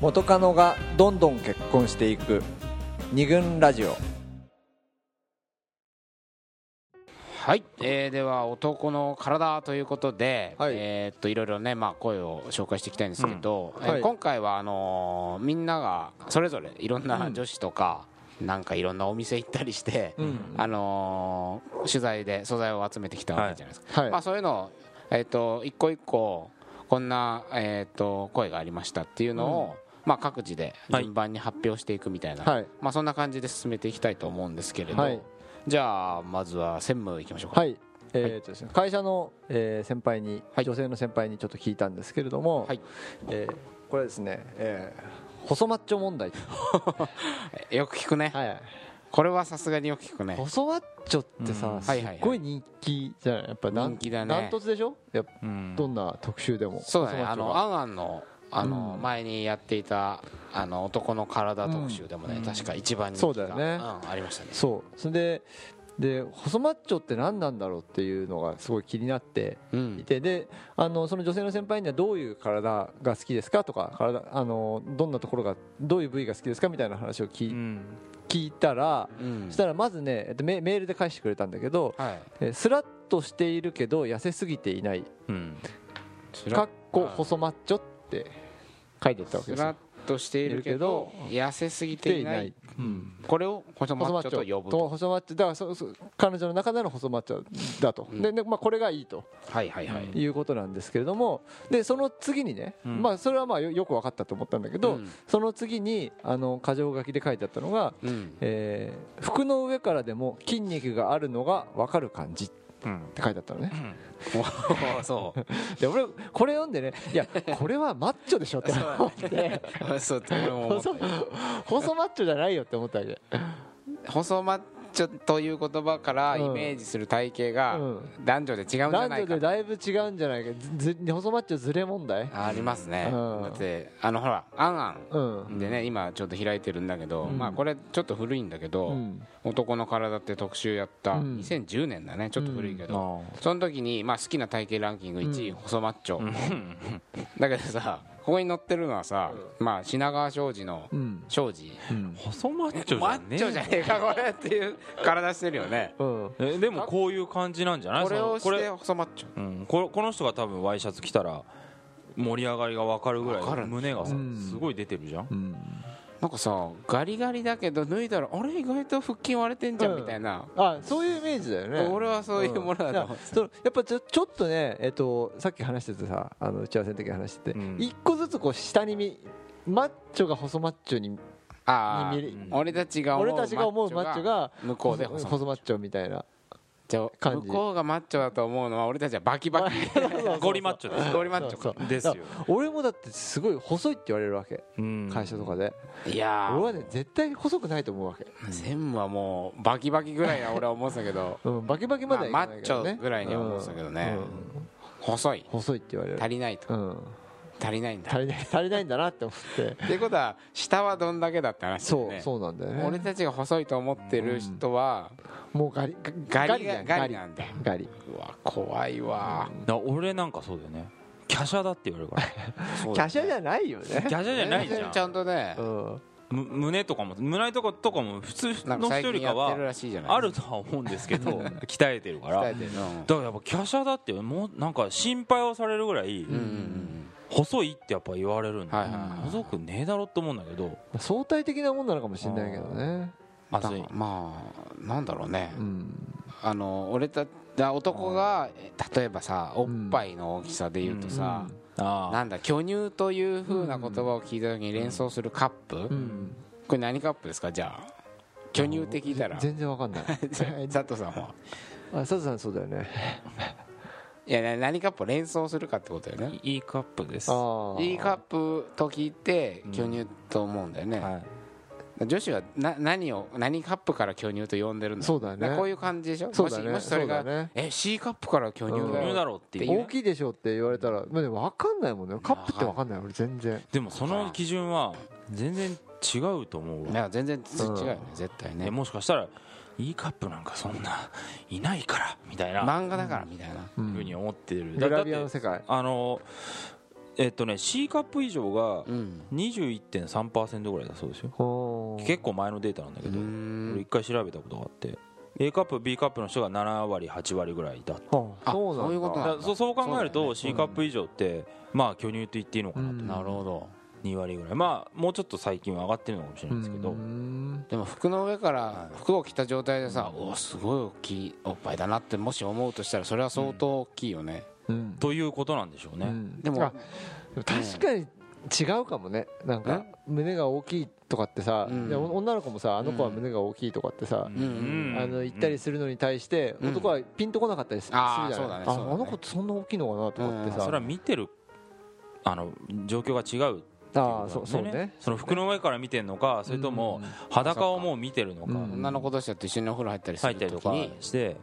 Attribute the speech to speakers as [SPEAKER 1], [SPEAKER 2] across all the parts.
[SPEAKER 1] 元カノがどんどん結婚していく二軍ラジオ
[SPEAKER 2] はい、えーでは男の体ということで、
[SPEAKER 1] はい
[SPEAKER 2] えーっといろいろねまあ声を紹介していきたいんですけど、
[SPEAKER 1] んはい
[SPEAKER 2] えー今回はあのーみんながそれぞれいろんな女子とか、なんかいろんなお店行ったりして、あのー取材で素材を集めてきたわけじゃないですか、
[SPEAKER 1] はい
[SPEAKER 2] まあ、そういうのを、えーっと一個一個こんな、えーっと声がありましたっていうのを、まあ、各自で順番に発表していくみたいな、
[SPEAKER 1] はい
[SPEAKER 2] まあ、そんな感じで進めていきたいと思うんですけれど、
[SPEAKER 1] はい
[SPEAKER 2] じゃあまずは専務いきましょうか、
[SPEAKER 1] はいえーとですね会社の、えー先輩に、
[SPEAKER 2] はい
[SPEAKER 1] 女性の先輩にちょっと聞いたんですけれども、
[SPEAKER 2] はい
[SPEAKER 1] えーこれですね、えー細マッチョ問題、
[SPEAKER 2] よく聞くね、
[SPEAKER 1] はい、
[SPEAKER 2] これはさすがによく聞くね
[SPEAKER 1] 細マッチョってさ、
[SPEAKER 3] うん
[SPEAKER 1] す
[SPEAKER 2] はいはいはい
[SPEAKER 1] っごい人気じゃないやっぱなん
[SPEAKER 2] 人気だね
[SPEAKER 1] ダントツでしょやっぱ
[SPEAKER 3] うん
[SPEAKER 1] どんな特集でも
[SPEAKER 2] そうだね
[SPEAKER 1] 細マッ
[SPEAKER 2] あ
[SPEAKER 1] チョ
[SPEAKER 2] の
[SPEAKER 1] が
[SPEAKER 2] アンアンのあの、
[SPEAKER 1] うん
[SPEAKER 2] 前にやっていたあの男の体特集でもね、
[SPEAKER 3] うん
[SPEAKER 2] 確か一番人気
[SPEAKER 1] そ
[SPEAKER 2] が
[SPEAKER 1] うだよね
[SPEAKER 2] んありましたね
[SPEAKER 1] そうそれでで細マッチョって何なんだろうっていうのがすごい気になって
[SPEAKER 2] う
[SPEAKER 1] い
[SPEAKER 2] ん
[SPEAKER 1] てであのその女性の先輩にはどういう体が好きですかとか体あのどんなところがどういう部位が好きですかみたいな話を聞,、
[SPEAKER 3] うん
[SPEAKER 1] 聞いたら
[SPEAKER 2] うん
[SPEAKER 1] そしたらまずねえっとメメールで返してくれたんだけど
[SPEAKER 2] はい
[SPEAKER 1] えスラッとしているけど痩せすぎていない
[SPEAKER 3] うん
[SPEAKER 1] かっこ
[SPEAKER 2] あー
[SPEAKER 1] 細マッチョって書いてったわけ
[SPEAKER 2] ス
[SPEAKER 1] ですよ
[SPEAKER 2] ラッとしているけど
[SPEAKER 1] いる
[SPEAKER 2] 痩せすぎて
[SPEAKER 1] て
[SPEAKER 2] い
[SPEAKER 1] い
[SPEAKER 2] な
[SPEAKER 1] ないい
[SPEAKER 3] うん
[SPEAKER 2] これを細マ
[SPEAKER 1] 細マ
[SPEAKER 2] ッ
[SPEAKER 1] ッ
[SPEAKER 2] チ
[SPEAKER 1] チ
[SPEAKER 2] ョと呼
[SPEAKER 1] ョ
[SPEAKER 2] ぶ
[SPEAKER 1] と
[SPEAKER 2] と
[SPEAKER 1] 細マッチョだからそそ彼女の中での細マッチョだと、
[SPEAKER 2] うん
[SPEAKER 1] ででまあ、これがいいと
[SPEAKER 2] はいはいはい、
[SPEAKER 1] いうことなんですけれどもでその次にね、
[SPEAKER 3] うん
[SPEAKER 1] まあ、それはまあよよく分かったと思ったんだけど、
[SPEAKER 2] うん
[SPEAKER 1] その次にあの箇条書きで書いてあったのが、
[SPEAKER 2] うん
[SPEAKER 1] えー服の上からでも筋肉があるのが分かる感じっ
[SPEAKER 3] うん
[SPEAKER 1] て書いてあったのね
[SPEAKER 2] おー そう
[SPEAKER 1] で俺これ読んでねいやこれはマッチョでしょって思って
[SPEAKER 2] そう俺も思った
[SPEAKER 1] 細細マッチョじゃないよって思ったわけ
[SPEAKER 2] 細マッチョという言葉からイメージする体型が
[SPEAKER 1] うん
[SPEAKER 2] 男女で違うんじゃ
[SPEAKER 1] 男
[SPEAKER 2] ない
[SPEAKER 1] 女
[SPEAKER 2] か
[SPEAKER 1] でだいぶ違うんじゃないかずず細マッチョずれ問題
[SPEAKER 2] ありますね、
[SPEAKER 1] うん
[SPEAKER 2] だってあのほら「あんあ」
[SPEAKER 1] うんん
[SPEAKER 2] でね今ちょっと開いてるんだけど、
[SPEAKER 1] うん
[SPEAKER 2] まあこれちょっと古いんだけど
[SPEAKER 1] う
[SPEAKER 2] 「
[SPEAKER 1] ん
[SPEAKER 2] 男の体」って特集やった
[SPEAKER 1] うん
[SPEAKER 2] 2010年だねちょっと古いけ
[SPEAKER 3] あ
[SPEAKER 2] ど、その時に、まあ、好きな体型ランキング1位、細マッチョ、だけどさここに載ってるのはさ、まあ、品川庄司の
[SPEAKER 1] うん
[SPEAKER 2] 庄司、
[SPEAKER 1] うん
[SPEAKER 3] 細マッチョじ
[SPEAKER 2] マ
[SPEAKER 3] ゃ
[SPEAKER 2] ッ
[SPEAKER 3] ね
[SPEAKER 2] チョじゃねえかこれっていう体してるよね
[SPEAKER 1] うん
[SPEAKER 3] えでもこういう感じなんじゃない
[SPEAKER 2] これを
[SPEAKER 3] そ
[SPEAKER 2] し
[SPEAKER 3] の
[SPEAKER 2] て細マッチョ
[SPEAKER 3] うん、ここの人が多分ワイシャツ着たら盛り上がりが分かるぐら
[SPEAKER 2] わかる
[SPEAKER 3] い胸がさ
[SPEAKER 1] うん
[SPEAKER 3] すごい出てるじゃん
[SPEAKER 2] なんかさガリガリだけど脱いだらあれ意外と腹筋割れてんじゃん、
[SPEAKER 1] うん
[SPEAKER 2] みたいな
[SPEAKER 1] あそういうイメージだよね
[SPEAKER 2] 俺はそういうものだと
[SPEAKER 1] う
[SPEAKER 2] 思う
[SPEAKER 1] んいやそのやっぱちょちょっとね、えっと、さっき話しててさあの打ち合わせの時に話してて、
[SPEAKER 3] うん
[SPEAKER 1] 一個ずつこう下に見マッチョが細マッチョに
[SPEAKER 2] ああ
[SPEAKER 1] に見れ
[SPEAKER 3] うん
[SPEAKER 2] 俺たちが思う
[SPEAKER 1] 俺たちが思うマッチョが
[SPEAKER 2] 向こうで細
[SPEAKER 1] 細マッチョみたいな
[SPEAKER 2] じゃあ
[SPEAKER 1] 感
[SPEAKER 2] 向
[SPEAKER 1] じ
[SPEAKER 2] こうがマッチョだと思うのは俺たちはバキバキ
[SPEAKER 3] ゴリマッチョです
[SPEAKER 2] ゴリマッチ ョ
[SPEAKER 1] そう
[SPEAKER 2] か
[SPEAKER 1] そう
[SPEAKER 3] ですよ
[SPEAKER 1] だから俺もだってすごい細いって言われるわけ
[SPEAKER 3] うん
[SPEAKER 1] 会社とかで、
[SPEAKER 2] いや
[SPEAKER 1] 俺は
[SPEAKER 2] ー
[SPEAKER 1] ね絶対細くないと思うわけ、
[SPEAKER 2] 専務はもうバキバキぐらいな俺は思ってたけど
[SPEAKER 1] うん、バキバキまではい
[SPEAKER 2] まあ
[SPEAKER 1] かないけど、ね
[SPEAKER 2] マッチョぐらいには思ってたけどね細い
[SPEAKER 1] 細いって言われる
[SPEAKER 2] 足りないと
[SPEAKER 1] うん、
[SPEAKER 2] 足りないんだ
[SPEAKER 1] 足りない 足りないんだなって思って
[SPEAKER 2] っていうことは下はどんだけだって話だよ
[SPEAKER 1] そ
[SPEAKER 2] ね
[SPEAKER 1] うそうなんだよね
[SPEAKER 2] 俺たちが細いと思ってる人は
[SPEAKER 1] もうガリ
[SPEAKER 2] ガリが
[SPEAKER 1] だよ
[SPEAKER 2] ガリなんだ
[SPEAKER 1] ガリ
[SPEAKER 2] うわ怖いわ
[SPEAKER 3] だから俺なんかそうだよねキャシャだって言われるから
[SPEAKER 2] そう
[SPEAKER 1] 華
[SPEAKER 2] だ
[SPEAKER 1] 奢じゃないよね
[SPEAKER 3] キャシャじゃないじ
[SPEAKER 2] 全
[SPEAKER 3] ゃ
[SPEAKER 2] 然
[SPEAKER 3] ん
[SPEAKER 2] ちゃんとね
[SPEAKER 1] うん
[SPEAKER 3] む胸とかも胸とかとかも普通
[SPEAKER 2] なんか
[SPEAKER 3] の人
[SPEAKER 2] 最
[SPEAKER 3] よ
[SPEAKER 2] 近
[SPEAKER 3] り
[SPEAKER 2] や
[SPEAKER 3] か
[SPEAKER 2] って
[SPEAKER 3] は
[SPEAKER 2] るらしいじゃない
[SPEAKER 3] あるとは思うんですけど鍛えてるから
[SPEAKER 2] 鍛え
[SPEAKER 3] だ
[SPEAKER 2] てるの
[SPEAKER 3] からやっぱ華奢だってもうなんか心配をされるぐらい
[SPEAKER 2] うんうんうん
[SPEAKER 3] 細いってやっぱ言われるんだよ
[SPEAKER 2] はいはいはい
[SPEAKER 3] 細くねえだろって思うんだけど
[SPEAKER 1] 相対的なもんなのかもしれないけどね
[SPEAKER 2] まあ
[SPEAKER 3] まずい、
[SPEAKER 2] まあ、なんだろうね、
[SPEAKER 1] うん
[SPEAKER 2] あの俺ただ男がえ例えばさおっぱいの大きさで言うとさ、
[SPEAKER 3] あ
[SPEAKER 2] なんだ巨乳というふうな言葉を聞いた時に連想するカップ、
[SPEAKER 1] うん
[SPEAKER 2] これ何カップですかじゃあ巨乳って聞いたら佐
[SPEAKER 1] 全然わかんない
[SPEAKER 2] 藤さんは
[SPEAKER 1] あ佐藤さんそうだよね
[SPEAKER 2] いやな何カップを連想するかってことだよ
[SPEAKER 3] あ
[SPEAKER 2] ね
[SPEAKER 3] いいカップですはい
[SPEAKER 1] ああ
[SPEAKER 2] いいカップと聞いて巨乳と思うんだよね、女子はな何を何カップから巨乳と呼んでるんだ
[SPEAKER 1] そうだよね
[SPEAKER 2] からこういう感じでしょ
[SPEAKER 1] そうだね
[SPEAKER 2] もしもしそれが
[SPEAKER 1] そうだね
[SPEAKER 2] え C カップから巨乳だ
[SPEAKER 3] 犬
[SPEAKER 2] よ
[SPEAKER 3] だろうっていう
[SPEAKER 1] 大きいでしょって言われたらまあでもわかんないもんねカップってわかんない俺全然
[SPEAKER 3] でもその基準は全然違うと思うわ
[SPEAKER 2] いや全然違うよね、
[SPEAKER 1] う
[SPEAKER 2] 絶対
[SPEAKER 3] ね
[SPEAKER 2] ね
[SPEAKER 3] もしかしたらいいカップなんかそんないないからみたいな
[SPEAKER 2] 漫画だからみたいな、
[SPEAKER 3] ふうに思ってる
[SPEAKER 1] グ
[SPEAKER 3] だだ
[SPEAKER 1] ラ
[SPEAKER 3] って
[SPEAKER 1] ビアの世界
[SPEAKER 3] あのえっとね C カップ以上が
[SPEAKER 2] うん
[SPEAKER 3] 21.3%ぐらいだそうですよ
[SPEAKER 1] ほ
[SPEAKER 3] 結構前のデータなんだけ
[SPEAKER 2] う
[SPEAKER 3] ど
[SPEAKER 2] ん
[SPEAKER 3] 俺一回調べたことがあって A カップ B カップの人が7割8割ぐらいだって
[SPEAKER 1] 構
[SPEAKER 2] あそういうこと
[SPEAKER 3] だ
[SPEAKER 2] なんだ
[SPEAKER 3] からそうそう考えると
[SPEAKER 2] そうだ
[SPEAKER 3] C
[SPEAKER 2] よね
[SPEAKER 3] カップ以上ってまあ巨乳と言っていいのかな
[SPEAKER 1] うん
[SPEAKER 3] と
[SPEAKER 2] なるほど
[SPEAKER 3] 2割ぐらいまあもうちょっと最近は上がってるのかもしれないですけど
[SPEAKER 2] でも服の上から服を着た状態でさおすごい大きいおっぱいだなってもし思うとしたらそれは相当大きいよね
[SPEAKER 1] うん
[SPEAKER 3] ということなんでしょうね
[SPEAKER 2] でも
[SPEAKER 1] あでも確かに違うかもねなんか胸が大きいとかってさ、
[SPEAKER 2] うん
[SPEAKER 1] いや女の子もさあの子は胸が大きいとかってさ、
[SPEAKER 2] んう
[SPEAKER 1] あの言ったりするのに対して
[SPEAKER 2] うん
[SPEAKER 1] 男はピンとこなかったりするじゃ
[SPEAKER 2] あー
[SPEAKER 1] ない、
[SPEAKER 2] そうだね
[SPEAKER 1] あ
[SPEAKER 2] そうだね
[SPEAKER 1] あの子ってそんな大きいのかなとかって
[SPEAKER 2] うん
[SPEAKER 1] さ、
[SPEAKER 3] それは見てるあの状況が違う
[SPEAKER 1] ああ
[SPEAKER 3] ってい
[SPEAKER 1] そう
[SPEAKER 3] こと
[SPEAKER 1] うそ
[SPEAKER 3] なんですよ
[SPEAKER 1] うね
[SPEAKER 3] その服の上から見てるのかそれとも裸をもう見てるのか
[SPEAKER 1] うん
[SPEAKER 2] 女の子同士だと一緒にお風呂入ったりす
[SPEAKER 3] 入
[SPEAKER 2] る
[SPEAKER 3] ったりと
[SPEAKER 2] 時
[SPEAKER 3] か
[SPEAKER 2] に
[SPEAKER 3] して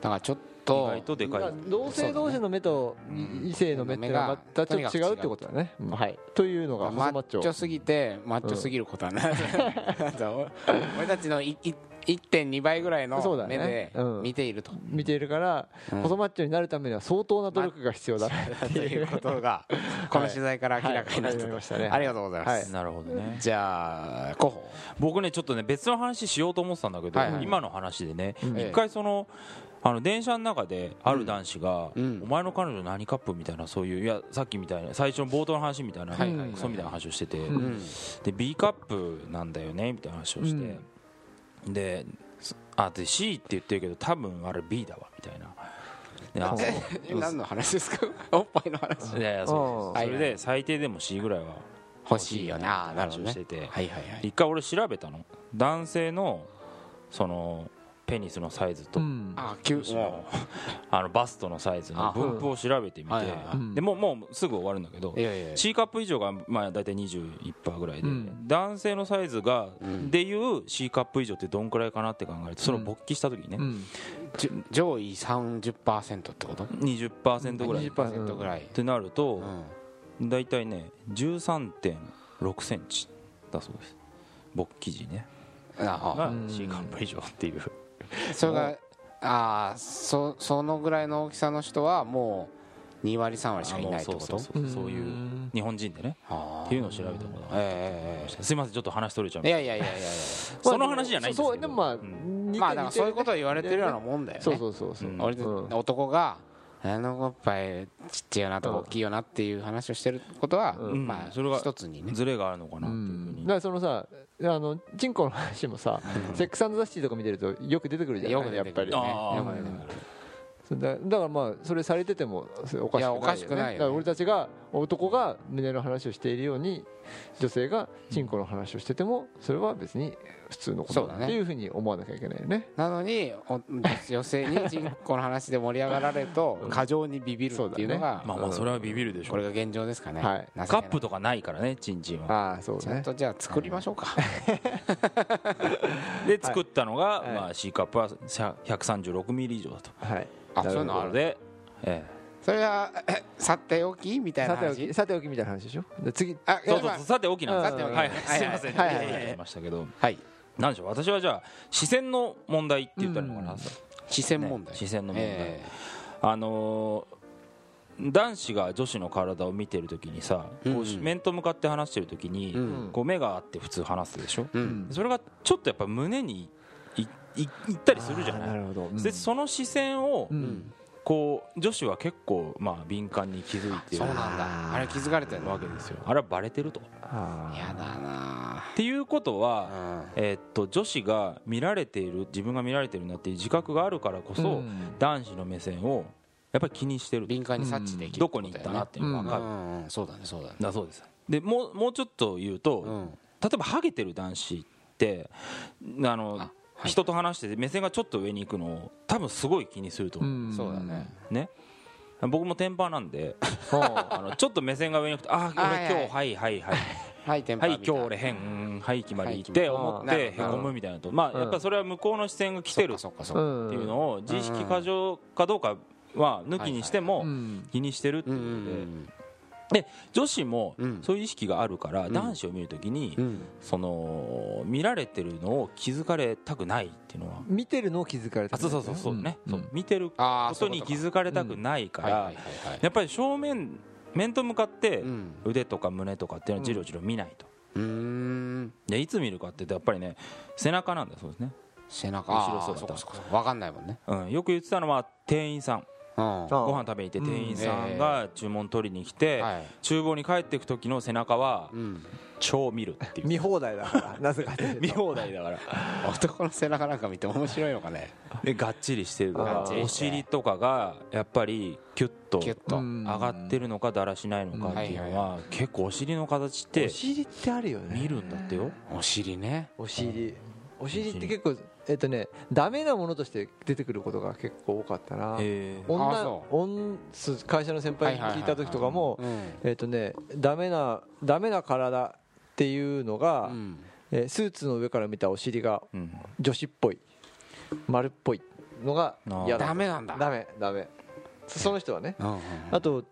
[SPEAKER 2] だからちょっ
[SPEAKER 3] 意
[SPEAKER 2] と
[SPEAKER 3] 外とでか
[SPEAKER 1] だ
[SPEAKER 3] い
[SPEAKER 1] から同性同士の目と
[SPEAKER 2] うん
[SPEAKER 1] 異性の目ってのはまたちょっと違うってことだね、うんはい、というのが
[SPEAKER 2] マ
[SPEAKER 1] 細マッチ
[SPEAKER 2] ッ
[SPEAKER 1] ョ
[SPEAKER 2] チョすぎてマッチョすぎることはない、 俺たちのいい1.2倍ぐらいの
[SPEAKER 1] そうだね
[SPEAKER 2] 目で
[SPEAKER 1] うん
[SPEAKER 2] 見ていると、
[SPEAKER 1] 見ているから、
[SPEAKER 2] うん
[SPEAKER 1] 細マッチョになるためには相当な努力が必要だ
[SPEAKER 2] ということがこの取材から明らかに
[SPEAKER 1] はいは
[SPEAKER 2] なってた、
[SPEAKER 1] いわかりましたね
[SPEAKER 2] ありがとうございます、
[SPEAKER 1] はい
[SPEAKER 3] なるほどね
[SPEAKER 2] じゃあ候補
[SPEAKER 3] 僕ねちょっとね別の話しようと思ってたんだけど、
[SPEAKER 2] はいはい
[SPEAKER 3] 今の話でね、
[SPEAKER 1] うん
[SPEAKER 3] 一回そのあの電車の中である男子が「
[SPEAKER 2] うん
[SPEAKER 3] お前の彼女何カップ?」みたいなそういういやさっきみたいな最初の冒頭の話みたいな、
[SPEAKER 1] はいはいはい
[SPEAKER 3] クソみたいな話をしてて、
[SPEAKER 1] うん
[SPEAKER 2] うん
[SPEAKER 3] で B カップなんだよねみたいな話をして、でそあで C って言ってるけど多分あれ B だわみたいな。であそう
[SPEAKER 2] え何の話ですか おっぱいの話
[SPEAKER 3] いやいやそう
[SPEAKER 2] うん
[SPEAKER 3] ですそれで最低でも C ぐらいは
[SPEAKER 2] 欲しいよねああなるほど
[SPEAKER 3] 話を
[SPEAKER 2] ね
[SPEAKER 3] してて、
[SPEAKER 2] はいはいはい
[SPEAKER 3] 一回俺調べたの男性のそのペニスのサイズと、
[SPEAKER 1] うん
[SPEAKER 2] あ急
[SPEAKER 3] もうあのバストのサイズの分布を調べてみて、
[SPEAKER 2] あはいはいはい
[SPEAKER 3] でもうもうすぐ終わるんだけど
[SPEAKER 2] いやいやいや
[SPEAKER 3] C カップ以上がまあ大体21%ぐらいで、
[SPEAKER 1] うん
[SPEAKER 3] 男性のサイズが
[SPEAKER 2] ん
[SPEAKER 3] でいう C カップ以上ってどんくらいかなって考えるとその勃起した時にね、
[SPEAKER 1] うん
[SPEAKER 2] じゅ上位30%ってこと
[SPEAKER 3] 20%ぐらいっ
[SPEAKER 1] 20%
[SPEAKER 2] セントぐらい、
[SPEAKER 3] てなる
[SPEAKER 2] う
[SPEAKER 3] と
[SPEAKER 2] ん、
[SPEAKER 3] 大体ね13.6センチだそうです勃起時ね
[SPEAKER 2] あ
[SPEAKER 3] が
[SPEAKER 1] うん
[SPEAKER 3] C カップ以上っていう
[SPEAKER 2] あそれがああそそのぐらいの大きさの人はもう2割3割しかいないって
[SPEAKER 3] そう
[SPEAKER 2] こ
[SPEAKER 3] そ
[SPEAKER 2] と
[SPEAKER 3] うそうそういう日本人でね
[SPEAKER 2] ああ
[SPEAKER 3] っていうのを調べたことがある
[SPEAKER 2] えええ
[SPEAKER 3] すいませんちょっと話取れちゃう
[SPEAKER 2] えいやいやいやいやいや
[SPEAKER 3] その話じゃないんです
[SPEAKER 1] そうそ
[SPEAKER 3] け
[SPEAKER 1] うで
[SPEAKER 3] ど
[SPEAKER 1] もまあ、
[SPEAKER 3] うん
[SPEAKER 1] 似て
[SPEAKER 2] まあだからそういうことを言われてるような
[SPEAKER 1] ね
[SPEAKER 2] もんだよね
[SPEAKER 1] そうそうそうそう、
[SPEAKER 3] うん
[SPEAKER 2] 俺たち
[SPEAKER 1] うん
[SPEAKER 2] 男があのおっぱいちっちゃいよなとか
[SPEAKER 1] うん
[SPEAKER 2] 大きいよなっていう話をしてることは、
[SPEAKER 1] うん
[SPEAKER 2] まあ
[SPEAKER 3] それが
[SPEAKER 2] 一つにね
[SPEAKER 3] ズレがあるのかな
[SPEAKER 1] う、
[SPEAKER 3] っていうふうんに
[SPEAKER 1] だからそのさあのチンコの話もさ、セックスザシティとか見てるとよく出てくるじゃない
[SPEAKER 2] よく出
[SPEAKER 1] やってぱ
[SPEAKER 2] くる
[SPEAKER 1] り
[SPEAKER 2] ね
[SPEAKER 3] あー
[SPEAKER 2] よく出てくる
[SPEAKER 1] そうだだからまあそれされててもそれおかしくない
[SPEAKER 2] いや
[SPEAKER 1] よ、ね、
[SPEAKER 2] おかしくないよね
[SPEAKER 1] だから俺たちが男が胸の話をしているように女性がチンコの話をしててもそれは別に普通のこと
[SPEAKER 2] そう
[SPEAKER 1] だ
[SPEAKER 2] だね
[SPEAKER 1] っていうふうに思わなきゃいけないよね
[SPEAKER 2] なのにお 女性に人口の話で盛り上がられると過剰にビビるっていうのが
[SPEAKER 3] まあまあそれはビビるでしょ
[SPEAKER 2] こ
[SPEAKER 3] う
[SPEAKER 2] れが現状ですかね、
[SPEAKER 1] はい
[SPEAKER 2] 情けない
[SPEAKER 3] カップとかないからねチンチン
[SPEAKER 1] あ
[SPEAKER 3] は
[SPEAKER 1] あそう
[SPEAKER 2] ちゃん
[SPEAKER 1] ね
[SPEAKER 2] とじゃあ作りましょうか、
[SPEAKER 3] で作ったのが
[SPEAKER 1] はい
[SPEAKER 3] まあ C カップは136ミリ以上だと
[SPEAKER 1] はい
[SPEAKER 2] あ
[SPEAKER 1] なるほど
[SPEAKER 2] そういうのある
[SPEAKER 3] でえ
[SPEAKER 2] それはえさておきみたいな
[SPEAKER 1] さてお
[SPEAKER 2] 話
[SPEAKER 1] きさておきみたいな話でしょで次
[SPEAKER 2] あ
[SPEAKER 3] えそう
[SPEAKER 2] いや
[SPEAKER 3] そう
[SPEAKER 2] まあ
[SPEAKER 3] さて大きな
[SPEAKER 1] うんんさ
[SPEAKER 3] です
[SPEAKER 1] て
[SPEAKER 3] は
[SPEAKER 1] 大
[SPEAKER 3] い
[SPEAKER 1] き
[SPEAKER 2] は
[SPEAKER 3] はい
[SPEAKER 2] い
[SPEAKER 3] すいません
[SPEAKER 1] はいはいはい
[SPEAKER 3] 出てきましたけど
[SPEAKER 2] はい
[SPEAKER 3] なんでしょう私はじゃあ視線の問題って言ったらいいのかな
[SPEAKER 2] 視線問題、
[SPEAKER 3] ね視線の問題
[SPEAKER 2] え
[SPEAKER 3] あのー男子が女子の体を見てるときにさ
[SPEAKER 2] う
[SPEAKER 3] こうん
[SPEAKER 2] うん
[SPEAKER 3] 面と向かって話してるとき
[SPEAKER 2] えう
[SPEAKER 3] に
[SPEAKER 2] ん
[SPEAKER 3] こう目があって普通話すでしょ
[SPEAKER 2] うん
[SPEAKER 3] それがちょっとやっぱ胸にいいいったりするじゃ
[SPEAKER 1] あー
[SPEAKER 3] ない
[SPEAKER 1] るほど、うん
[SPEAKER 3] でその視線を
[SPEAKER 1] う
[SPEAKER 2] うんん
[SPEAKER 3] こう女子は結構まあ敏感に気づいて
[SPEAKER 2] そう
[SPEAKER 3] る
[SPEAKER 2] なんだあれ気づかれてるの
[SPEAKER 3] わけですよあれはバレてるとっ
[SPEAKER 1] あー
[SPEAKER 2] やだな
[SPEAKER 3] ていうこと
[SPEAKER 2] あ
[SPEAKER 3] は、えーっと女子が見られている自分が見られているなっていう自覚があるからこそ、
[SPEAKER 1] ん
[SPEAKER 3] 男子の目線をやっぱり気にしてる
[SPEAKER 2] 敏感に察知できる
[SPEAKER 3] どこに行ったな
[SPEAKER 2] っ
[SPEAKER 3] ってていうのが
[SPEAKER 2] こ
[SPEAKER 3] 分か
[SPEAKER 2] とだ
[SPEAKER 3] る
[SPEAKER 2] よね、うんうんそうだねそうだね
[SPEAKER 3] だそうですでもうもうちょっと言うと、
[SPEAKER 2] うん
[SPEAKER 3] 例えばハゲてる男子ってあの
[SPEAKER 2] あはい
[SPEAKER 3] 人と話してて目線がちょっと上に行くのを多分すごい気にすると思う、
[SPEAKER 1] ん
[SPEAKER 2] そうだね
[SPEAKER 3] ね僕もテンパーなんで
[SPEAKER 1] あ
[SPEAKER 3] あのちょっと目線が上に行くとああ
[SPEAKER 2] はい
[SPEAKER 3] 俺今
[SPEAKER 2] は
[SPEAKER 3] 日
[SPEAKER 2] い
[SPEAKER 3] はいはいはい
[SPEAKER 2] はいテンパ
[SPEAKER 3] は
[SPEAKER 2] ー
[SPEAKER 3] い
[SPEAKER 2] み
[SPEAKER 3] 今
[SPEAKER 2] た
[SPEAKER 3] 日俺変うんはい決まりっ
[SPEAKER 2] は
[SPEAKER 3] て
[SPEAKER 2] い
[SPEAKER 3] 思っ
[SPEAKER 2] あー
[SPEAKER 3] てへこむみたいなとま
[SPEAKER 1] うん
[SPEAKER 3] あやっぱそれは向こうの視線が来てるっ
[SPEAKER 2] そっかそっかそ
[SPEAKER 1] う
[SPEAKER 2] っか
[SPEAKER 1] ん
[SPEAKER 3] ていうのを自意識過剰かどうかは抜きにして
[SPEAKER 1] う
[SPEAKER 3] も
[SPEAKER 1] ん
[SPEAKER 3] 気にしてるっていううんのでで女子も
[SPEAKER 2] うん
[SPEAKER 3] そういう意識があるから
[SPEAKER 2] ん
[SPEAKER 3] 男子を見るときに
[SPEAKER 2] うんうん
[SPEAKER 3] その見られてるのを気づかれたくないっていうのは
[SPEAKER 1] 見てるのを気づかれて
[SPEAKER 3] あ
[SPEAKER 1] る
[SPEAKER 3] そうそうそうそうね
[SPEAKER 1] ん
[SPEAKER 3] そう見てるこ
[SPEAKER 2] ああそ
[SPEAKER 3] と
[SPEAKER 2] ういう
[SPEAKER 3] に
[SPEAKER 2] こ
[SPEAKER 3] 気
[SPEAKER 2] と
[SPEAKER 3] づかれたくないか
[SPEAKER 2] かはいは
[SPEAKER 3] ら
[SPEAKER 2] いはいはい
[SPEAKER 3] やっぱり正面面と向かって
[SPEAKER 2] うん
[SPEAKER 3] 腕とか胸とかっていうのはじろじろ見ないと、
[SPEAKER 2] うーん
[SPEAKER 3] でいつ見るかって言うとやっぱりね背中なんだそうですね、
[SPEAKER 2] 背中
[SPEAKER 3] 後ろ
[SPEAKER 2] あー
[SPEAKER 3] 姿
[SPEAKER 2] そうかそうかそうかわかんないもんね
[SPEAKER 3] うん、よく言ってたのは店員さん
[SPEAKER 2] うん
[SPEAKER 1] あ
[SPEAKER 3] ご飯食べに行って店員さんが注文取りに来て、
[SPEAKER 2] はい
[SPEAKER 3] 厨房に帰っていく時の背中は
[SPEAKER 2] うん
[SPEAKER 3] 超見るっていう
[SPEAKER 1] 見放題だからなぜかっていうと
[SPEAKER 3] 見放題だから
[SPEAKER 2] 男の背中なんか見て面白いのかね
[SPEAKER 3] でがっちりしてると
[SPEAKER 1] が
[SPEAKER 3] か
[SPEAKER 1] っちり
[SPEAKER 3] お
[SPEAKER 2] して
[SPEAKER 3] 尻とかがやっぱりキュッと
[SPEAKER 2] キュッと
[SPEAKER 1] うん
[SPEAKER 3] 上がってるのかだらしないのかっていうのは結構お尻の形っ
[SPEAKER 1] お
[SPEAKER 3] て
[SPEAKER 1] 尻ってあるよね
[SPEAKER 3] 見るんだってよ
[SPEAKER 2] お尻ね
[SPEAKER 1] お尻お尻って結構えっとねダメなものとして出てくることが結構多かったな
[SPEAKER 3] えー
[SPEAKER 1] 女
[SPEAKER 2] あそ
[SPEAKER 1] 女す会社の先輩に聞いた時とかも
[SPEAKER 2] うん
[SPEAKER 1] えっとねダメなダメな体っていうの
[SPEAKER 2] う
[SPEAKER 1] が、
[SPEAKER 2] ん
[SPEAKER 1] えースーツの上から見たお尻が
[SPEAKER 3] うん
[SPEAKER 1] 女子っぽい丸っぽいのが嫌だ
[SPEAKER 2] ダメなんだ
[SPEAKER 1] ダメダメそその人はね
[SPEAKER 2] うんうん
[SPEAKER 1] あと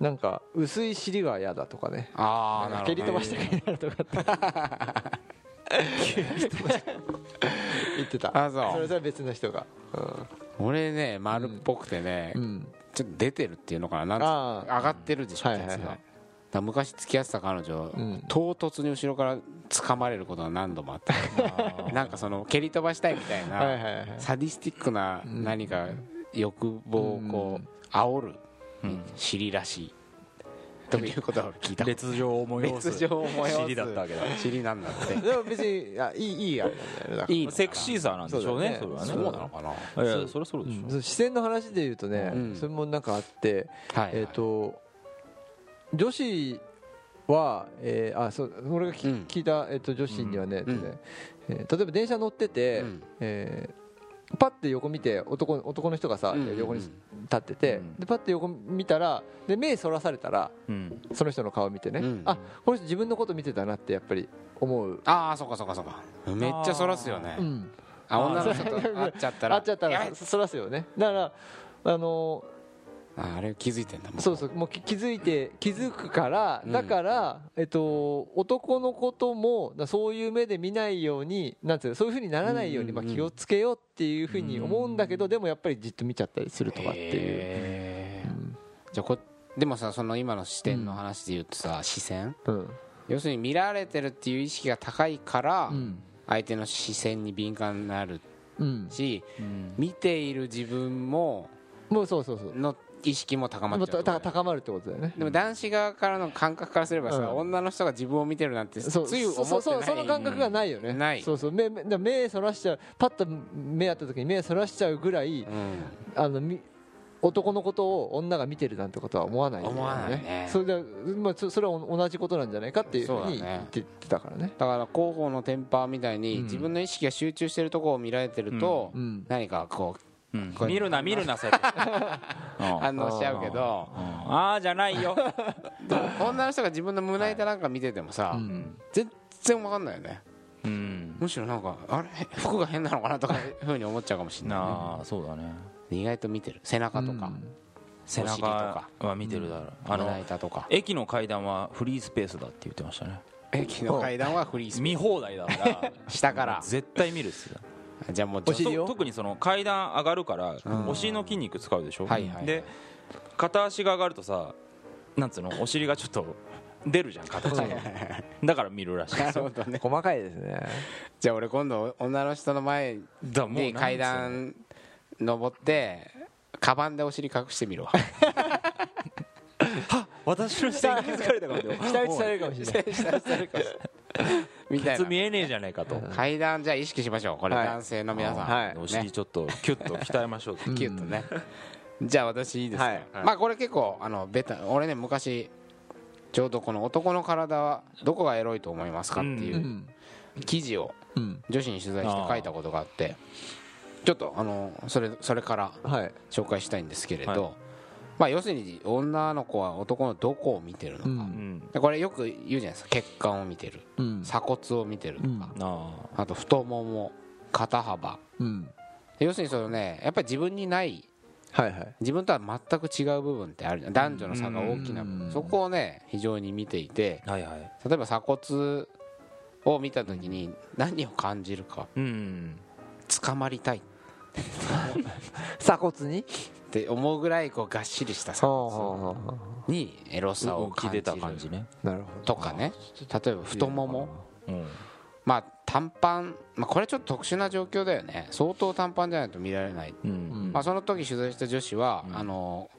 [SPEAKER 1] なんか薄い尻は嫌だとかね
[SPEAKER 2] ああな
[SPEAKER 1] 蹴
[SPEAKER 2] る
[SPEAKER 1] り
[SPEAKER 2] ほ
[SPEAKER 1] 飛
[SPEAKER 2] ど
[SPEAKER 1] ばしてくれるとかって言ってた
[SPEAKER 2] あそう
[SPEAKER 1] それとは別の人がうん
[SPEAKER 2] 俺ね丸っぽくてね
[SPEAKER 1] うん
[SPEAKER 2] ちょっと出てるっていうのかななんつう
[SPEAKER 1] あ
[SPEAKER 2] 上がってるでしょ
[SPEAKER 1] はい
[SPEAKER 2] や
[SPEAKER 1] は
[SPEAKER 2] つ
[SPEAKER 1] い
[SPEAKER 2] が
[SPEAKER 1] はい
[SPEAKER 2] だから昔付き合ってた彼女
[SPEAKER 1] うん
[SPEAKER 2] 唐突に後ろから掴まれることが何度もあったなんかその蹴り飛ばしたいみたい
[SPEAKER 1] はいはい
[SPEAKER 2] な
[SPEAKER 1] はい
[SPEAKER 2] サディスティックな何か欲望をこう煽る
[SPEAKER 3] うん
[SPEAKER 2] 尻らしいということを聞いた
[SPEAKER 3] 列状を催す
[SPEAKER 2] 別状を催す
[SPEAKER 3] 尻だったわけだ
[SPEAKER 2] 尻なんだっ
[SPEAKER 1] でも別にあいいいいやつなんだよねだか
[SPEAKER 2] て
[SPEAKER 1] ら
[SPEAKER 2] いいのかな
[SPEAKER 3] セクシーさなんでしょうねそ
[SPEAKER 1] そうだよね
[SPEAKER 2] そう
[SPEAKER 3] れはね
[SPEAKER 2] なのかない
[SPEAKER 3] やいやそれはそうでし
[SPEAKER 1] うんその視線の話で言うとね、
[SPEAKER 2] うん
[SPEAKER 1] それもなんかあって、
[SPEAKER 2] はい
[SPEAKER 1] えっ、と女子は、えーあそう俺がき、
[SPEAKER 2] うん
[SPEAKER 1] 聞いた、えっと女子にはね,、
[SPEAKER 2] うん
[SPEAKER 1] えっとねえー例えば電車乗ってて、
[SPEAKER 2] うん
[SPEAKER 1] えーパッて横見て男男の人がさ、
[SPEAKER 2] うんうんうん
[SPEAKER 1] 横に立ってて、
[SPEAKER 3] うん
[SPEAKER 1] でパッて横見たらで目そらされたら
[SPEAKER 3] うん
[SPEAKER 1] その人の顔見てね、
[SPEAKER 2] うん
[SPEAKER 1] あこの人自分のこと見てたなってやっぱり思う、
[SPEAKER 2] ああそうかそうかそうかめっちゃそらすよね
[SPEAKER 1] うん、
[SPEAKER 2] あ女の人と 会っちゃったら
[SPEAKER 1] あっちゃった
[SPEAKER 2] や
[SPEAKER 1] ら
[SPEAKER 2] べ
[SPEAKER 1] そらすよねだからあのー
[SPEAKER 2] ああれ気づいてんだもん
[SPEAKER 1] そうそうもうき気づいて気づくから
[SPEAKER 2] うん
[SPEAKER 1] だから、えっと、男のこともだそういう目で見ないようになんつうのそういうふうにならないように、
[SPEAKER 2] うんうんうん
[SPEAKER 1] まあ、気をつけようっていうふうに思うんだけどでもやっぱりじっと見ちゃったりするとかっていう、
[SPEAKER 2] へーじゃあこでもさその今の視点の話で言うとさ視線
[SPEAKER 1] うん
[SPEAKER 2] 要するに見られてるっていう意識が高いから
[SPEAKER 1] うん
[SPEAKER 2] 相手の視線に敏感になる
[SPEAKER 1] うん、
[SPEAKER 2] し
[SPEAKER 3] うん
[SPEAKER 2] 見ている自分も
[SPEAKER 1] もうそうそうそう
[SPEAKER 2] の意識も高ま
[SPEAKER 1] も
[SPEAKER 2] っ
[SPEAKER 1] う
[SPEAKER 2] ちゃ
[SPEAKER 1] た
[SPEAKER 2] うと
[SPEAKER 1] た高まるってことだよね
[SPEAKER 2] でも男子側からの感覚からすればさ、
[SPEAKER 1] うん
[SPEAKER 2] 女の人が自分を見てるなんてつ
[SPEAKER 1] そう
[SPEAKER 2] ゆ思ってない
[SPEAKER 1] そうそうその感覚がないよね
[SPEAKER 2] ない
[SPEAKER 1] そうそう目目だから目そらしちゃうパッと目あった時に目そらしちゃうぐらい
[SPEAKER 2] うん
[SPEAKER 1] あのみ男のことを女が見てるなんてことは思わないよ
[SPEAKER 2] 思わないね
[SPEAKER 1] それで、まあ、そそれは同じことなんじゃないかっていうふう
[SPEAKER 2] そう
[SPEAKER 1] に
[SPEAKER 2] だ
[SPEAKER 1] 言
[SPEAKER 2] ね
[SPEAKER 1] ってってたからね
[SPEAKER 2] だから広報のテンパーみたいに、
[SPEAKER 1] うん
[SPEAKER 2] 自分の意識が集中してるところを見られてると、
[SPEAKER 1] うん
[SPEAKER 2] 何かこ
[SPEAKER 3] うん見るな見るなそうやって
[SPEAKER 2] う反応しちゃうけど
[SPEAKER 3] うんああじゃないよ
[SPEAKER 2] 女の人が自分の胸板なんか見ててもさ、
[SPEAKER 1] うん
[SPEAKER 2] 全然わかんないよね
[SPEAKER 3] うん
[SPEAKER 2] むしろなんかあれ 服が変なのかなとかいうふうに思っちゃうかもしれな
[SPEAKER 3] なあそうだね
[SPEAKER 2] い、ね、意外と見てる背中とか、
[SPEAKER 3] 背
[SPEAKER 2] お尻と
[SPEAKER 3] 中
[SPEAKER 2] か
[SPEAKER 3] は見てるだろうあ
[SPEAKER 2] 胸
[SPEAKER 3] の
[SPEAKER 2] 板とか
[SPEAKER 3] 駅の階段はフリースペースだって言ってましたね
[SPEAKER 2] 駅の階段はフリース
[SPEAKER 3] 見放題だから
[SPEAKER 2] 下から
[SPEAKER 3] 絶対見るっすよ
[SPEAKER 2] じゃあもう
[SPEAKER 1] お尻
[SPEAKER 3] と
[SPEAKER 1] を
[SPEAKER 3] 特にその階段上がるからお尻の筋肉使うでしょ、
[SPEAKER 2] はいはいはい
[SPEAKER 3] で片足が上がるとさなんつうのお尻がちょっと出るじゃん形がだから見るらしいですよ
[SPEAKER 2] だね
[SPEAKER 1] 細かいです ね
[SPEAKER 2] じゃあ俺今度女の人の前
[SPEAKER 3] だからもうなん
[SPEAKER 2] で
[SPEAKER 3] つうの
[SPEAKER 2] 階段登ってカバンでお尻隠して みるわ
[SPEAKER 3] 私の下に気づかれたかもよ
[SPEAKER 1] 下打ちされるかもしれない
[SPEAKER 2] みたい
[SPEAKER 3] ケツ
[SPEAKER 2] な
[SPEAKER 3] 見えねえじゃねえかと、
[SPEAKER 2] 階段じゃあ意識しましょうこれ
[SPEAKER 1] はい
[SPEAKER 2] 男性の皆さん、
[SPEAKER 1] はい
[SPEAKER 3] お尻ちょっとキュッと鍛えましょうと、
[SPEAKER 2] キュッとねじゃあ私いいですか、
[SPEAKER 1] はい
[SPEAKER 2] まあこれ結構あのベタ俺ね昔ちょうどこの男の体はどこがエロいと思いますかっていううん記事を
[SPEAKER 1] うん
[SPEAKER 2] 女子に取材して書いたことがあってちょっとあのそれそれから
[SPEAKER 1] はい
[SPEAKER 2] 紹介したいんですけれど、
[SPEAKER 3] は
[SPEAKER 2] まあ要するに女の子は男のどこを見てるの
[SPEAKER 1] う
[SPEAKER 2] か、
[SPEAKER 3] うんん、
[SPEAKER 2] でこれよく言うじゃないですか血管を見てる
[SPEAKER 1] うん
[SPEAKER 2] 鎖骨を見てるとか、
[SPEAKER 1] うん
[SPEAKER 3] ああ
[SPEAKER 2] あと太もも肩幅
[SPEAKER 1] うん
[SPEAKER 2] で要するにそのねやっぱり自分にない
[SPEAKER 1] はいはい
[SPEAKER 2] 自分とは全く違う部分ってあるじゃん男女の差が大きな部
[SPEAKER 1] うん
[SPEAKER 2] 分そこをね非常に見ていて
[SPEAKER 3] はいはい
[SPEAKER 2] 例えば鎖骨を見た時に何を感じるか
[SPEAKER 3] うん
[SPEAKER 2] 捕まりたい
[SPEAKER 1] 鎖骨に
[SPEAKER 2] って思うぐらいこうがっしりした
[SPEAKER 1] は
[SPEAKER 2] さ
[SPEAKER 1] あはあはあは
[SPEAKER 2] にエロさを
[SPEAKER 3] 浮き
[SPEAKER 2] 感じ
[SPEAKER 3] 出
[SPEAKER 2] る
[SPEAKER 3] た感じね、
[SPEAKER 1] あなるほど
[SPEAKER 2] とかね例えば太もも
[SPEAKER 3] うん、
[SPEAKER 2] まあ短パン、まあ、これちょっと特殊な状況だよね相当短パンじゃないと見られない、
[SPEAKER 3] うん
[SPEAKER 2] まあ、その時取材した女子は、あの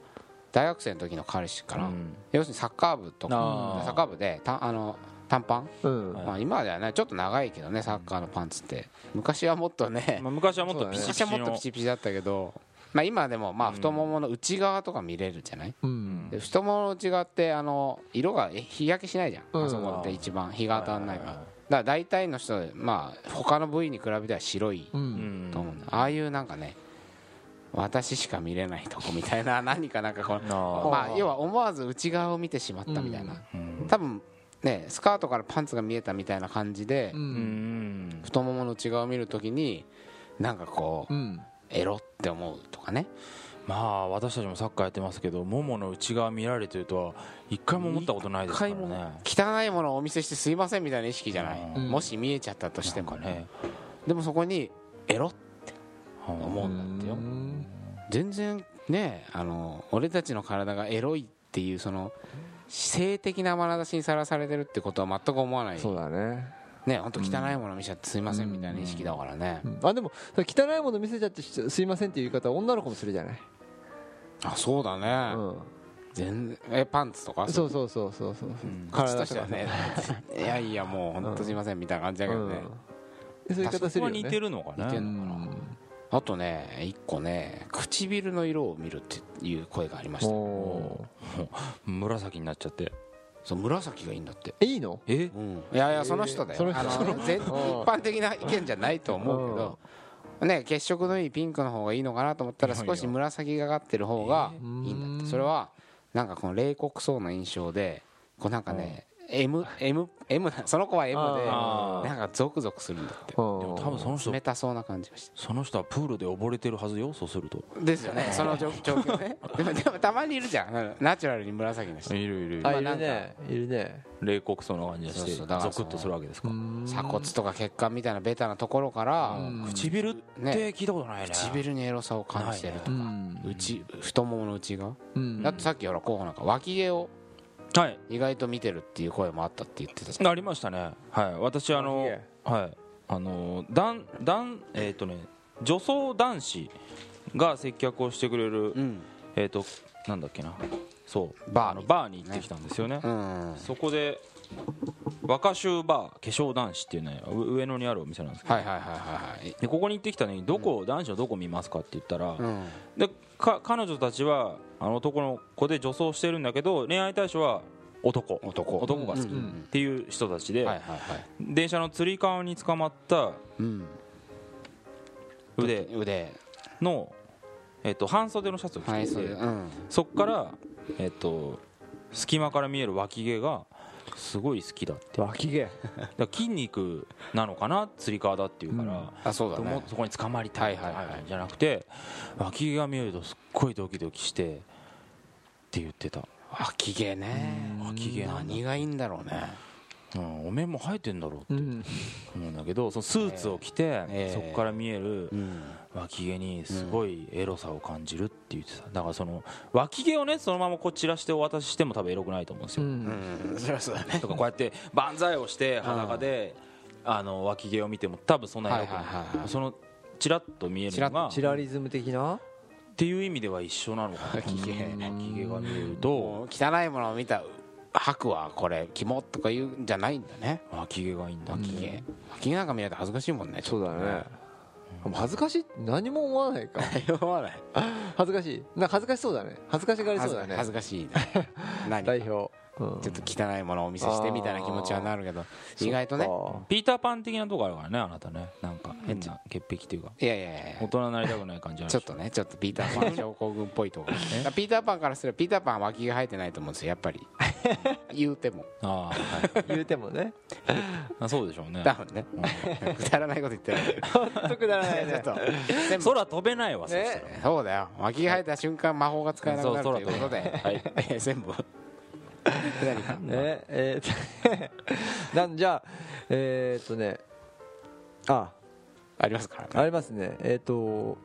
[SPEAKER 2] 大学生の時の彼氏から、
[SPEAKER 3] うん
[SPEAKER 2] 要するにサッカー部と
[SPEAKER 3] あ
[SPEAKER 2] か
[SPEAKER 3] ー
[SPEAKER 2] サッカー部でたあの短パン、
[SPEAKER 1] うん
[SPEAKER 3] はい
[SPEAKER 2] まあ、今ではねちょっと長いけどねサッカーのパンツって昔はもっとね
[SPEAKER 3] まあ、昔はもっとピチピ
[SPEAKER 2] 昔
[SPEAKER 3] チ
[SPEAKER 2] はもっと
[SPEAKER 3] の
[SPEAKER 2] ピチピチだったけど、まあ、今でもまあ太ももの内側とか見れるじゃない、
[SPEAKER 1] うん
[SPEAKER 2] で太ももの内側ってあの色がえ日焼けしないじゃん、
[SPEAKER 1] うん
[SPEAKER 2] あそこって一番日が当たらないから、
[SPEAKER 3] はいはいは
[SPEAKER 2] だから大体の人まあ他の部位に比べては白い
[SPEAKER 1] うん
[SPEAKER 3] うん
[SPEAKER 2] と思うんだ、ああいうなんかね私しか見れないとこみたいな 何かなんかこの
[SPEAKER 3] あ
[SPEAKER 2] まあ要は思わず内側を見てしまったみたいな、多分ねスカートからパンツが見えたみたいな感じで、
[SPEAKER 1] う
[SPEAKER 3] ーうんん
[SPEAKER 2] 太ももの内側を見るときになんかこう、
[SPEAKER 1] うん
[SPEAKER 2] エロって思うとかね
[SPEAKER 3] まあ私たちもサッカーやってますけどももの内側見られてるとは一回も思ったことないですからね
[SPEAKER 2] 汚いものをお見せしてすいませんみたいな意識じゃない、
[SPEAKER 1] うん
[SPEAKER 2] もし見えちゃったとして
[SPEAKER 3] な
[SPEAKER 2] も
[SPEAKER 3] んかね
[SPEAKER 2] でもそこにエロって
[SPEAKER 3] うん
[SPEAKER 2] 思うんだってよ全然ねあの俺たちの体がエロいっていうその性的な眼差しにさらされてるってことは全く思わない
[SPEAKER 1] そうだね
[SPEAKER 2] ね本当汚いもの見せちゃってすいませんみたいな意識だからね、
[SPEAKER 1] うんあでもそれ汚いもの見せちゃってしすいませんっていう言い方は女の子もするじゃない
[SPEAKER 2] あそうだね、
[SPEAKER 1] うん
[SPEAKER 2] 全然えパンツとか
[SPEAKER 1] そうそうそうそうそう
[SPEAKER 2] こっ
[SPEAKER 1] 体
[SPEAKER 2] ちと
[SPEAKER 1] とか
[SPEAKER 2] してはね いやいやもう本当すいませんみたいな感じだけどね、
[SPEAKER 1] うんそういう言い方す
[SPEAKER 3] そ
[SPEAKER 1] る
[SPEAKER 3] こ
[SPEAKER 1] よ
[SPEAKER 3] は
[SPEAKER 1] ね
[SPEAKER 3] 似てるのか
[SPEAKER 2] 似て
[SPEAKER 3] ね
[SPEAKER 2] るあとね一個ね唇の色を見るっていう声がありました
[SPEAKER 1] お
[SPEAKER 3] 紫になっちゃって
[SPEAKER 2] そう紫がいいんだって、
[SPEAKER 1] ーいいの
[SPEAKER 3] え
[SPEAKER 2] うん、いやいやその人だよ、
[SPEAKER 1] その人
[SPEAKER 2] あの全一般的な意見じゃないと思うけど、ね、血色のいいピンクの方がいいのかなと思ったら
[SPEAKER 3] いやいや
[SPEAKER 2] 少し紫がかってる方がいいんだっ
[SPEAKER 1] う
[SPEAKER 2] て
[SPEAKER 1] ん
[SPEAKER 2] それはなんかこの冷酷そうな印象でこうなんかね M, M, M なその子は M
[SPEAKER 3] あー
[SPEAKER 2] でなんかゾクゾクするんだって
[SPEAKER 3] でも
[SPEAKER 1] 多
[SPEAKER 3] 多分その人
[SPEAKER 2] 冷たそうな感じがして
[SPEAKER 3] その人はプールで溺れてるはずよそうすると
[SPEAKER 2] ですよ ね、その状状況ね。でも、でもたまにいるじゃん、ナチュラルに紫の人。
[SPEAKER 3] いるいる
[SPEAKER 1] あ
[SPEAKER 2] まあ
[SPEAKER 1] い
[SPEAKER 2] な
[SPEAKER 1] る
[SPEAKER 2] んか
[SPEAKER 1] ねいるね
[SPEAKER 3] 冷酷そうな感じがして
[SPEAKER 2] そうそ
[SPEAKER 3] ゾ
[SPEAKER 2] うだから
[SPEAKER 3] クッとするわけですか
[SPEAKER 2] 鎖骨とか血管みたいなベタなところから、
[SPEAKER 3] 唇って聞いたことないね
[SPEAKER 2] 唇にエロさを感じてると
[SPEAKER 1] う
[SPEAKER 2] か、
[SPEAKER 1] ん
[SPEAKER 2] 内太ももの内側、
[SPEAKER 1] うん
[SPEAKER 2] だってさっきほら候補なんか脇毛を
[SPEAKER 3] はい
[SPEAKER 2] 意外と見てるっていう声もあったって言ってたじ
[SPEAKER 3] ありましたねはい私あのはいあの男男えっとね女装男子が接客をしてくれる
[SPEAKER 2] ゃんうん
[SPEAKER 3] えっとなんだっけなそう
[SPEAKER 2] バー
[SPEAKER 3] あの
[SPEAKER 2] みた
[SPEAKER 3] バーに行ってきたんですよね
[SPEAKER 2] うん
[SPEAKER 3] そこで若衆バー化粧男子っていうねう上野にあるお店なんですけど
[SPEAKER 2] はいはいはいはいはい
[SPEAKER 3] でここに行ってきたのにどこ男子のどこ見ますかって言ったら
[SPEAKER 2] うん
[SPEAKER 3] でか彼女たちはあの男の子で女装してるんだけど恋愛対象は男
[SPEAKER 2] 男
[SPEAKER 3] 男が好き
[SPEAKER 2] うんうんうん
[SPEAKER 3] っていう人たちで、
[SPEAKER 2] はいはいはい
[SPEAKER 3] 電車のつり革に捕まった
[SPEAKER 2] うん
[SPEAKER 3] 腕
[SPEAKER 2] 腕
[SPEAKER 3] の、えっと半袖のシャツを着
[SPEAKER 2] はい
[SPEAKER 3] て
[SPEAKER 2] そ
[SPEAKER 3] て、
[SPEAKER 2] れうん
[SPEAKER 3] そっから、えっと隙間から見える脇毛がすごい好きだって
[SPEAKER 1] 脇毛
[SPEAKER 3] だから筋肉なのかなつり革だっていうから、
[SPEAKER 2] あそうだ
[SPEAKER 3] と思っ
[SPEAKER 2] ね
[SPEAKER 3] てそこに捕まりたい
[SPEAKER 2] はいはいはい
[SPEAKER 3] じゃなくて脇毛が見えるとすっごいドキドキしてって言ってた
[SPEAKER 2] 脇毛ね
[SPEAKER 3] 脇毛なんだ
[SPEAKER 2] 何がいいんだろうね
[SPEAKER 3] うん、お面も生えてんだろ
[SPEAKER 1] う
[SPEAKER 3] うって
[SPEAKER 1] ん
[SPEAKER 3] 思うんだけどそのスーツを着て、
[SPEAKER 2] ええ
[SPEAKER 3] そこから見える
[SPEAKER 2] うん
[SPEAKER 3] 脇毛にすごいエロさを感じるって言ってただからその脇毛をねそのままこう散らしてお渡ししても多分エロくないと思うんです
[SPEAKER 1] う
[SPEAKER 3] よ、
[SPEAKER 1] ん
[SPEAKER 2] うんそりゃそうだね
[SPEAKER 3] とかこうやって万歳をして裸であの脇毛を見ても多分そんなエロくない,、
[SPEAKER 2] はいはいはいはい
[SPEAKER 3] そのチラッと見えるのがっ
[SPEAKER 1] チラリズム的な
[SPEAKER 3] ていう意味では一緒なのかな
[SPEAKER 2] 脇毛
[SPEAKER 3] 脇毛が見えると
[SPEAKER 2] もう汚いものを見た吐くわこれ肝とか言うんじゃないんだね
[SPEAKER 3] 脇毛がいいんだ
[SPEAKER 2] 脇毛脇毛なんか見られて恥ずかしいもんね
[SPEAKER 1] そうだねでも恥ずかしいって何も思わないか
[SPEAKER 2] 思わない
[SPEAKER 1] 恥ずかしいなんか恥ずかしそうだね恥ずかしがりそうだね
[SPEAKER 2] 恥ずかしいね何か
[SPEAKER 1] 代
[SPEAKER 2] ち
[SPEAKER 1] 表うん
[SPEAKER 2] ょっと汚いものをお見せしてみたいな気持ちはなるけど意外とね
[SPEAKER 1] そ
[SPEAKER 3] ピーターパン的なとこあるからねあなたねなんか変な潔癖っていうか
[SPEAKER 2] いやいやい
[SPEAKER 3] 大
[SPEAKER 2] や
[SPEAKER 3] 人になりたくない感じある
[SPEAKER 2] ちょっとねちょっとピーターパン症候群っぽいとこだからピーターパンからすればピーターパンは脇が生えてないと思うんですよやっぱり言うても
[SPEAKER 3] ああ、 はい、
[SPEAKER 1] っか言うてもね
[SPEAKER 3] あそうでしょうね
[SPEAKER 2] 多分ね くだらないこと言ってる
[SPEAKER 1] 得だね
[SPEAKER 2] ちょっと全部
[SPEAKER 3] 空飛べないわそしたら
[SPEAKER 1] ね
[SPEAKER 2] そうだよ脇が生えた瞬間魔法が使えなくなる
[SPEAKER 3] そう
[SPEAKER 2] ということで、
[SPEAKER 3] 空 飛
[SPEAKER 2] 全部何か
[SPEAKER 1] ねえー となんじゃあえーっとねあ
[SPEAKER 2] ありますから
[SPEAKER 1] あ
[SPEAKER 2] ね
[SPEAKER 1] りますねえーっと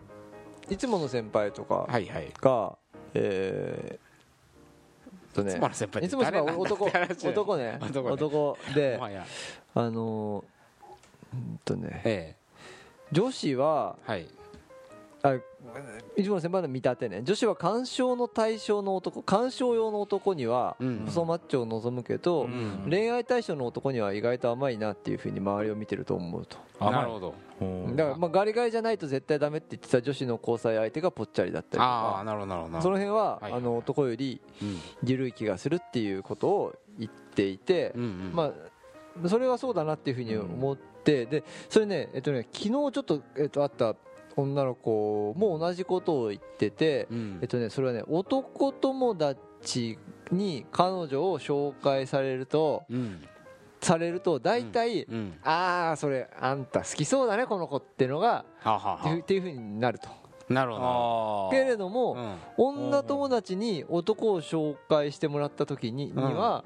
[SPEAKER 1] いつもの先輩とか
[SPEAKER 2] はいはい
[SPEAKER 1] がえーとね
[SPEAKER 2] いつもの先輩って
[SPEAKER 1] いつもの先輩
[SPEAKER 2] 誰なんだ
[SPEAKER 1] 男
[SPEAKER 2] って話だよ
[SPEAKER 1] 男ね
[SPEAKER 2] 男ね
[SPEAKER 1] 男で
[SPEAKER 2] もはや
[SPEAKER 1] あのーうんとね
[SPEAKER 2] え
[SPEAKER 1] 女子は
[SPEAKER 2] えはい
[SPEAKER 1] あいつもの先輩の見立てね女子は鑑賞の対象の男鑑賞用の男には
[SPEAKER 2] うん
[SPEAKER 1] 細マッチョを望むけど、
[SPEAKER 2] ん
[SPEAKER 1] 恋愛対象の男には意外と甘いなっていうふうに周りを見てると思うと
[SPEAKER 2] なるほど
[SPEAKER 3] うん
[SPEAKER 1] だからまあガリガリじゃないと絶対ダメって言ってた女子の交際相手がぽっちゃりだったりと
[SPEAKER 2] ああ
[SPEAKER 1] か
[SPEAKER 2] なるほどなるほどなる
[SPEAKER 1] そ
[SPEAKER 2] ほ
[SPEAKER 1] の
[SPEAKER 2] ど
[SPEAKER 1] 辺は
[SPEAKER 2] はい
[SPEAKER 1] あの男より
[SPEAKER 2] うん
[SPEAKER 1] 緩い気がするっていうことを言っていて
[SPEAKER 2] うんうん
[SPEAKER 1] まあそれはそうだなっていうふうに思ってでそれねえっとね昨日ちょっとえっと会った女の子も同じことを言ってて
[SPEAKER 2] うん
[SPEAKER 1] えっとねそれはね男友達に彼女を紹介されると
[SPEAKER 2] うん
[SPEAKER 1] されると大体
[SPEAKER 2] うん
[SPEAKER 1] ああそれあんた好きそうだねこの子ってのが
[SPEAKER 2] はあは
[SPEAKER 1] っ
[SPEAKER 2] あ
[SPEAKER 1] ていうっ
[SPEAKER 2] は
[SPEAKER 1] ていうふうになると
[SPEAKER 2] あなるほどなるほ
[SPEAKER 3] あ
[SPEAKER 1] けれども、
[SPEAKER 2] どうん
[SPEAKER 1] 女友達に男を紹介してもらった時に,、
[SPEAKER 2] うん
[SPEAKER 1] には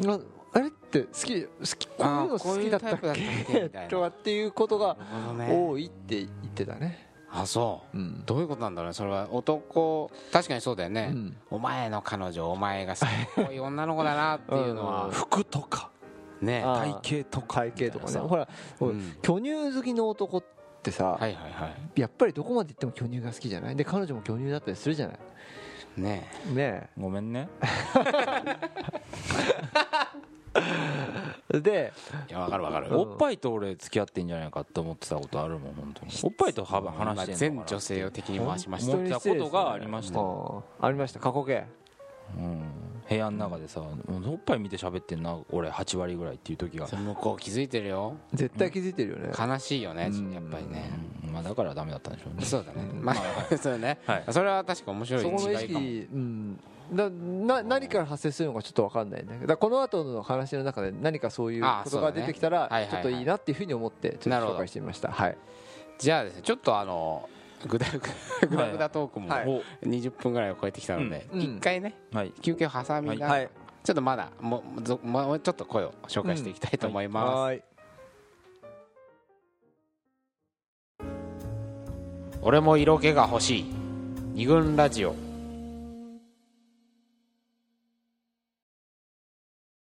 [SPEAKER 2] うん
[SPEAKER 1] ああれって好き好きこういうの
[SPEAKER 2] あーこ
[SPEAKER 1] 好
[SPEAKER 2] う
[SPEAKER 1] き
[SPEAKER 2] い
[SPEAKER 1] だ
[SPEAKER 2] う
[SPEAKER 1] ったっ
[SPEAKER 2] タイプだったっけ
[SPEAKER 1] け
[SPEAKER 2] みたいな
[SPEAKER 1] とかっていうことが
[SPEAKER 2] なるほどね
[SPEAKER 1] 多いって言ってたね、
[SPEAKER 2] あそう
[SPEAKER 1] うん
[SPEAKER 2] どういうことなんだろうねそれは男確かにそうだよ
[SPEAKER 1] う
[SPEAKER 2] ね
[SPEAKER 1] ん
[SPEAKER 2] お前の彼女お前がすごい女の子だなっていうの
[SPEAKER 1] う
[SPEAKER 2] は
[SPEAKER 1] ん
[SPEAKER 3] 服とか
[SPEAKER 2] ね
[SPEAKER 1] あ
[SPEAKER 2] は
[SPEAKER 1] ー
[SPEAKER 3] 体型とか
[SPEAKER 1] 体型とかね
[SPEAKER 3] さ
[SPEAKER 1] ほら、
[SPEAKER 2] うん
[SPEAKER 1] おい巨乳好きの男ってさ、
[SPEAKER 2] いはいは
[SPEAKER 1] やっぱりどこまで行っても巨乳が好きじゃないで彼女も巨乳だったりするじゃない
[SPEAKER 2] いね
[SPEAKER 1] ね
[SPEAKER 3] ごめんね
[SPEAKER 1] えで
[SPEAKER 2] えいやわかるわかる
[SPEAKER 1] ん
[SPEAKER 3] おっぱいと俺付き合ってんじゃないかって思ってたことあるもん本当におっぱいと幅話してんのか
[SPEAKER 2] 全
[SPEAKER 3] な
[SPEAKER 2] 女性を敵に回しました
[SPEAKER 1] 本当
[SPEAKER 3] 思っ
[SPEAKER 1] に
[SPEAKER 3] たことがありました、
[SPEAKER 1] もうありました過去形
[SPEAKER 3] うん、部屋の中でさおっぱい見て喋ってんな俺8割ぐらいっていう時が、
[SPEAKER 2] 向こう気づいてるよ
[SPEAKER 1] 絶対気づいてるよね、
[SPEAKER 2] 悲しいよね
[SPEAKER 1] うん
[SPEAKER 2] やっぱりね
[SPEAKER 3] うんまあ、だからダメだったんでしょうね
[SPEAKER 2] そうだねまあ そうね
[SPEAKER 3] はい
[SPEAKER 2] それは確か面白い
[SPEAKER 1] そこの意
[SPEAKER 2] 違いかも
[SPEAKER 1] 識、うん、だな何から発生するのかちょっと分かんないねだからこの後の話の中で何かそういう
[SPEAKER 2] ああ
[SPEAKER 1] こと
[SPEAKER 2] そ
[SPEAKER 1] が
[SPEAKER 2] うだ
[SPEAKER 1] 出
[SPEAKER 2] ね
[SPEAKER 1] てきたら
[SPEAKER 2] はいはいはい
[SPEAKER 1] ちょっといいなっていうふうに思ってちょっ
[SPEAKER 2] なる
[SPEAKER 1] と
[SPEAKER 2] ほ
[SPEAKER 1] 紹
[SPEAKER 2] ど
[SPEAKER 1] 介してみましたはい
[SPEAKER 2] じゃあですねちょっとあのぐだぐだぐだぐだトークも
[SPEAKER 1] はい
[SPEAKER 3] お
[SPEAKER 2] 20分ぐらいを超えてきたので
[SPEAKER 1] うん
[SPEAKER 2] 一回ね
[SPEAKER 3] はい
[SPEAKER 2] 休憩を挟みなが
[SPEAKER 1] は
[SPEAKER 2] ら
[SPEAKER 1] い
[SPEAKER 2] ちょっとまだもうぞもうちょっと声を紹介していきたいと思います
[SPEAKER 1] はい
[SPEAKER 2] 俺も色気が欲しい二軍ラジオ